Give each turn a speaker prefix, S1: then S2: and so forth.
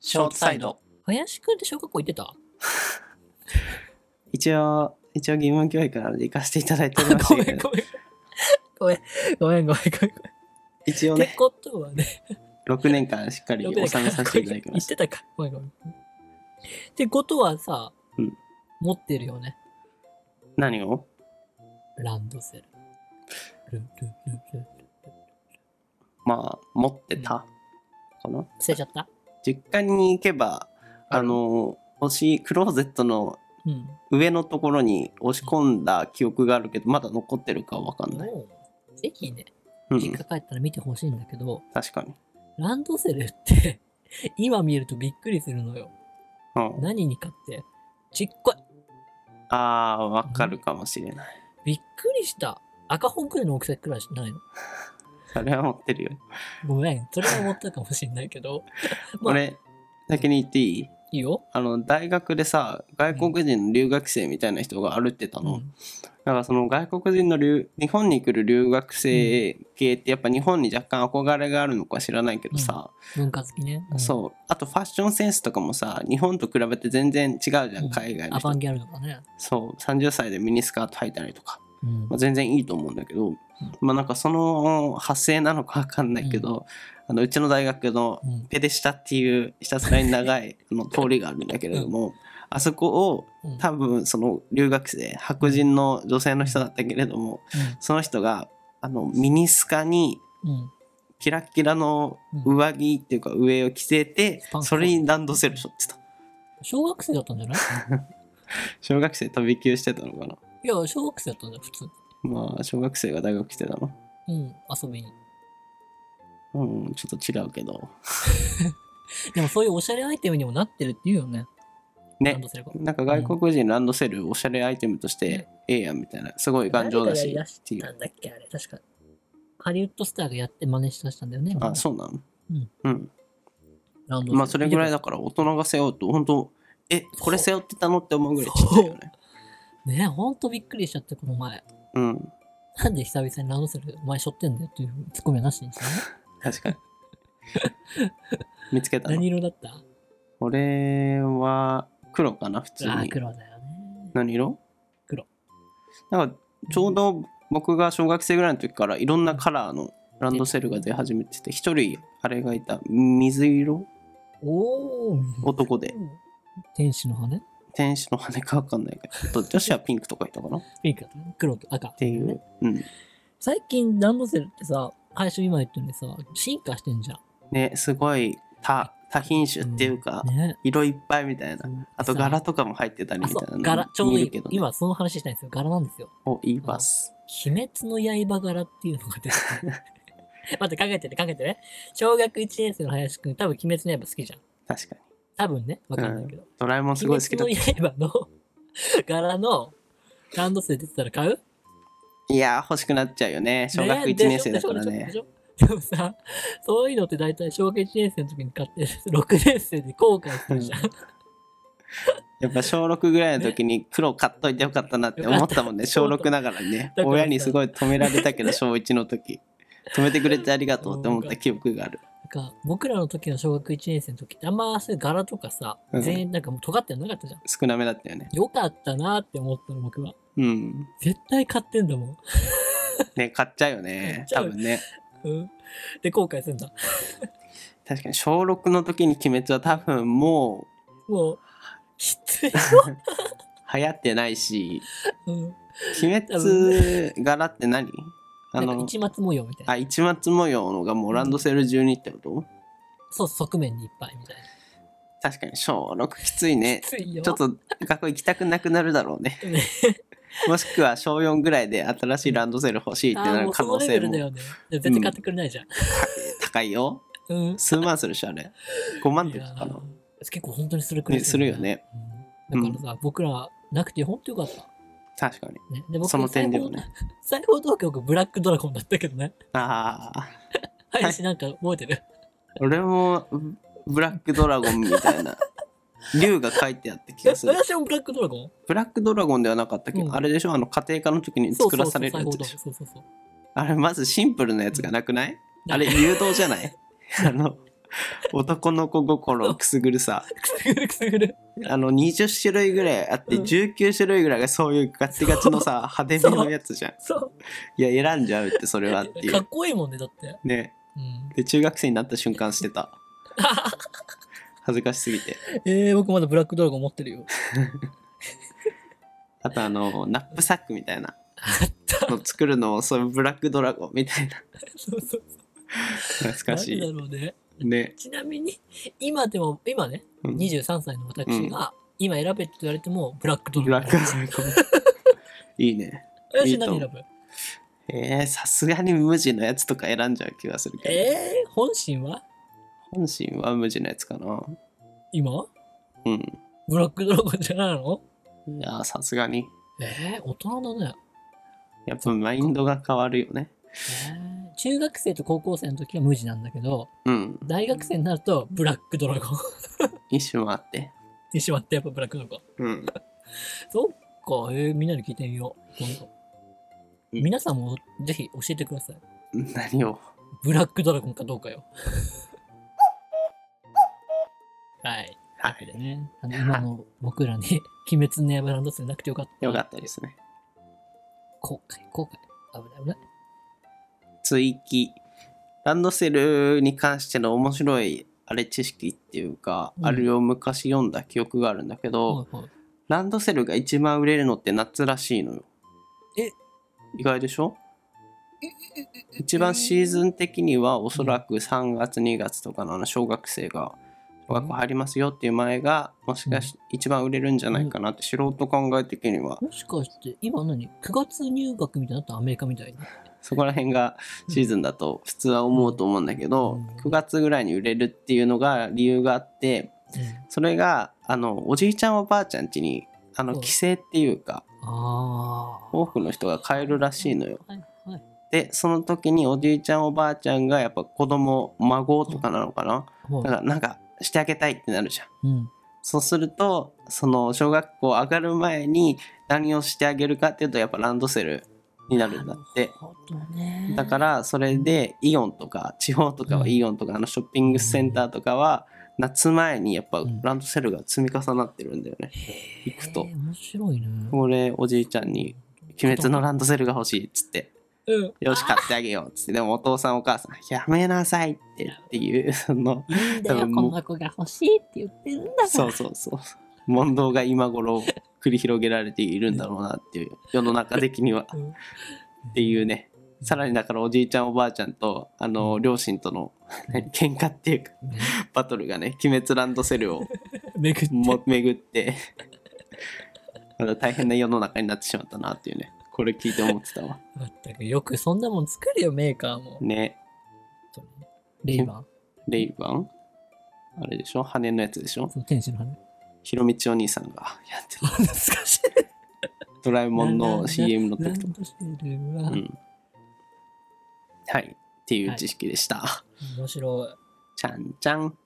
S1: ショートサイド。
S2: 林くんって小学校行ってた
S1: 一応、一応義務教育なので行かせていただいておりました
S2: ごめ
S1: け
S2: ん
S1: ど、
S2: ごめん。ごめんごめんごめんごめんごめん。っ
S1: 一応
S2: て
S1: ね、
S2: ことはね、
S1: 6年間しっかり
S2: よ
S1: 収めさせていただきま
S2: 言っ
S1: して
S2: たか。ごめんごめん。ってことはさ、
S1: うん
S2: 持ってるよね。
S1: た。何を
S2: ランドセル。ルルルルル
S1: まあ、持ってたかな
S2: 捨てちゃった
S1: 実家に行けば、あ、の、押し、クローゼットの
S2: うん。
S1: 上のところに押し込んだ記憶があるけど、まだ残ってるかわかんない。
S2: もうぜひね、
S1: うん、
S2: 実家帰ったら見てほしいんだけど、
S1: 確かに。
S2: ランドセルって、今見るとびっくりするのよ。
S1: うん、
S2: 何にかって、ちっこい。
S1: ああ、わかるかもしれない。
S2: びっくりした。赤本くらいの大きさくらいしないの。
S1: それは持ってるよ。
S2: ごめん、それは思ったかもしんないけど。まあ
S1: 俺、先に言って いい
S2: いいよ。
S1: あの大学でさ外国人の留学生みたいな人が歩ってた
S2: う
S1: の、
S2: ん。
S1: だからその外国人の留日本に来る留学生系ってやっぱ日本に若干憧れがあるのか知らないけどさ、
S2: 文化好きね。うん
S1: そうあとファッションセンスとかもさ日本と比べて全然違うじゃん、
S2: うん
S1: 海外の
S2: ア
S1: 人
S2: バンギャルドだね。
S1: そう30歳でミニスカート履いたりとか、
S2: うん
S1: まあ、全然いいと思うんだけど、まあなんかその発生なのか分かんないけど、あのうちの大学の
S2: うん。
S1: ペデシタっていうひたすらに長いあの通りがあるんだけれども、あそこを
S2: うん
S1: 多分その留学生白人の女性の人だったけれどもその人があのミニスカに
S2: うん。うん
S1: キラッキラの上着っていうか上を着せて
S2: うん
S1: それにランドセルしょってた
S2: 小学生だったん じゃない
S1: 小学生飛び級してたのかない
S2: や、小学生だったんだよ、普通。
S1: まあ小学生が大学来てたの
S2: うん、遊びに。
S1: うんちょっと違うけど
S2: でもそういうおしゃれアイテムにもなってるって言うよね。ラン
S1: ね
S2: ドセルが。
S1: なんか外国人ランドセルおしゃれアイテムとしてええやんみたいなすごい頑丈だ
S2: 誰
S1: し
S2: がやり
S1: ってい
S2: な
S1: うん
S2: だっけ、あれ。確か。ハリウッドスターがやって真似したしたんだよね。
S1: あそうなの
S2: うん
S1: うん
S2: ランドセル
S1: まあそれぐらい
S2: だ。
S1: だから大人が背負うと本当えこれ背負ってたのって思うぐらいちっちゃいよね
S2: ねえ、ほんとびっくりしちゃって、この前。
S1: うん
S2: なんで久々にランドセル、お前しょってんだよっていうツッコミはなしにした ね。
S1: 確かに見つけたの
S2: 何色だった
S1: 俺は黒かな普通
S2: ああ、
S1: に
S2: 黒だよね。
S1: 何色
S2: 黒
S1: なんかちょうど僕が小学生ぐらいの時からいろんなカラーのランドセルが出始めてて一人あれがいた水色
S2: おお。
S1: 男で
S2: 天使の羽
S1: 天使の羽かわかんないけどあと女子はピンクとかいたかなっ
S2: ピンクだったね黒と赤。って
S1: いう、。うん
S2: 最近ランドセルってさ、最初今言ったようにさ、進化してんじゃん。
S1: ねすごい多多品種っていうか、
S2: ね。
S1: 色いっぱいみたいなあと
S2: さ
S1: 柄とかも入ってたり
S2: あ、
S1: み
S2: そ
S1: たいな
S2: う、柄、ちょうど
S1: 見
S2: いい
S1: る。けど、ね、
S2: 今その話したいんですよ。柄なんですよ。
S1: おいいパス
S2: 鬼滅の刃柄っていうのが出 てて待って、考えてね、考えてね。小学1年生の林くん、多分鬼滅の刃好きじゃん。
S1: 確かに
S2: 多分ね、わかんないけど。
S1: ドラえもんすごい好きだっ
S2: 鬼滅の刃の 柄のランドセル出てたら買う
S1: たいやー欲しくなっちゃうよね小学
S2: ね
S1: 1年生だから
S2: で
S1: ね
S2: しょでしょでしょでもさ、そういうのって大体小学1年生の時に買って、6年生で後悔するじゃん。
S1: やっぱ小6ぐらいの時に黒買っといてよかったなって思ったもんね
S2: よ
S1: 小
S2: かった
S1: 6ながらにね
S2: だからさ
S1: 親にすごい止められたけど小1の時止めてくれてありがとうって思った記憶がある
S2: なんか僕らの時の小学1年生の時ってあんまそういう柄とかさ、
S1: うん
S2: 全員なんかもう尖ってるのなかったじゃん。
S1: 少なめだったよね
S2: よかったなって思ったの僕は。
S1: うん
S2: 絶対買ってんだもん。
S1: ね買っちゃうよね
S2: 買っちゃ
S1: 多
S2: う
S1: 分ね
S2: うん、で、後悔するんだ。
S1: 確かに小6の時に「鬼滅」は多分も
S2: もう、きつい。
S1: う流行ってないし
S2: うん、
S1: 鬼滅柄って何あ
S2: なんか
S1: の
S2: 一抹模様みたいな。
S1: あ一松模様のがもうランドセル中にってこと、
S2: そう、側面にいっぱいみたいな。
S1: 確かに小6きついね
S2: きついよ。
S1: ちょっと学校行きたくなくなるだろうね
S2: ね
S1: もしくは小4ぐらいで新しいランドセル欲しいって
S2: あ
S1: な
S2: ーも
S1: る
S2: う
S1: 可
S2: その
S1: 能
S2: レ
S1: 性
S2: ベルだ
S1: も
S2: よね。でも絶対買ってくれないじゃん。
S1: 高いよ
S2: うん。
S1: 数万するしあれ5万と
S2: いや
S1: かかな
S2: ー結構本当にするくらい
S1: ねするよね。
S2: うんだからさ、僕らなくて本当よかった。
S1: 確かに
S2: ね、で僕
S1: その点でもね
S2: 最高東京ブラックドラゴンだったけどね。
S1: ああ
S2: 林なんか覚えてる。
S1: 俺もブラックドラゴンみたいな竜が書いてあった気
S2: え
S1: がする
S2: 林もブラックドラゴン
S1: ブラックドラゴンではなかったけど、
S2: うん
S1: あれでしょあの家庭科の時に作らされるやつでしょ
S2: そうそうそう。そうそうそう
S1: あれまずシンプルなやつがなくないあれ
S2: ね
S1: 誘導じゃないあの男の子心をくすぐるさ
S2: くすぐるくすぐる。
S1: あの20種類ぐらいあって
S2: うん
S1: 19種類ぐらいがそういうガチガチのさ派手めのやつじゃん
S2: そ
S1: いや選んじゃうってそれはって
S2: う。
S1: い
S2: か
S1: う
S2: っこいいもんね、だって。
S1: ね
S2: うん。
S1: で中学生になった瞬間してた恥ずかしすぎて
S2: えー、僕まだブラックドラゴン持ってるよ。
S1: あとあのナップサックみたいなの作るのをそういうブラックドラゴンみたいな
S2: そうそうそう。
S1: 懐かし
S2: なんだろうね。
S1: いね
S2: ちなみに、今でも、今ね、
S1: うん
S2: 23歳の私が、今選べって言われても、ブラックド
S1: ブ
S2: ラ
S1: ラ
S2: ゴ
S1: ッ
S2: ン。
S1: クドラ ゴンいいねい
S2: 私
S1: いと思
S2: 何
S1: う
S2: 選ぶ
S1: えー、さすがに無地のやつとか選んじゃう気がするけど、
S2: えー、本心は
S1: 本心は無地のやつかな
S2: 今
S1: うん
S2: ブラックドラゴンじゃないの
S1: いやーさすがに
S2: えー、大人だね。
S1: やっぱマインドが変わるよね
S2: えー中学生と高校生の時は無地なんだけど、
S1: うん
S2: 大学生になるとブラックドラゴン
S1: 一瞬もあって
S2: にしまって、やっぱブラックドラゴン。
S1: うん
S2: そっか、えー、みんなに聞いてみよう。今度
S1: うん
S2: 皆さんもぜひ教えてください。
S1: 何を
S2: ブラックドラゴンかどうかよ。はい。
S1: は
S2: で
S1: い
S2: ね、あの今の僕らに 鬼滅の刃ランドセルなくてよかった。
S1: よかったですね
S2: 後悔、後悔。危ない危ない。
S1: 追記ランドセルに関しての面白いあれ知識っていうか、
S2: うん
S1: あれを昔読んだ記憶があるんだけど、
S2: はいはい
S1: ランドセルが一番売れるのって夏らしいのよ
S2: え
S1: 意外でしょ一番シーズン的にはおそらく3月2月とかのあの小学生が小学校入りますよっていう前がもしかし一番売れるんじゃないかなって素人考え的には
S2: もしかして、今何 ?9 月入学みたいになったアメリカみたいに。
S1: そこら辺がシーズンだと普通は思うと思うんだけど
S2: うん
S1: 9月ぐらいに売れるっていうのが理由があってそれがあのおじいちゃんおばあちゃん家にあ
S2: う
S1: の
S2: ん
S1: 帰省っていうか
S2: ああ。
S1: 多くの人が買えるらしいのよ。
S2: はいはい。
S1: でその時におじいちゃんおばあちゃんがやっぱ子供孫とかなのかな
S2: もう
S1: だからなんかしてあげたいってなるじゃん。
S2: うん。
S1: そうするとその小学校上がる前に何をしてあげるかっていうとやっぱランドセルになるんだって
S2: なる。ほどね。
S1: だからそれでイオンとか地方とかはイオンとかあのショッピングセンターとかは夏前にやっぱランドセルが積み重なってるんだよね。
S2: へー、
S1: 行くと
S2: 面白いね。
S1: これおじいちゃんに「鬼滅のランドセルが欲しい」っつって
S2: うん
S1: 「よし買ってあげよう」っつってでもお父さんお母さん「やめなさい」ってっていうその
S2: いいんだ
S1: 多
S2: よ、
S1: 分
S2: こ
S1: もうん
S2: な子が欲しいって言ってるんだから。
S1: そうそうそう問答が今頃繰り広げられているんだろうなっていう世の中的には
S2: うん
S1: っていうねさらにだからおじいちゃんおばあちゃんとあの両親との何喧嘩っていうか
S2: ね
S1: バトルがね「鬼滅ランドセル」を
S2: めぐって。
S1: も巡って まだ大変な世の中になってしまったなっていうねこれ聞いて思ってたわ
S2: まったくよくそんなもん作るよ、メーカーも。
S1: ね
S2: 本当にレイバン。
S1: レイバンあれでしょ羽のやつでしょ
S2: その天使の羽。
S1: ひろみちお兄さんがやってる
S2: 懐かしい。
S1: ドラえもん
S2: な
S1: の CM の
S2: ラ
S1: 時
S2: ン
S1: とか
S2: ドセルは
S1: うんはいっていう知識でした、
S2: 面白い。
S1: ちゃんちゃん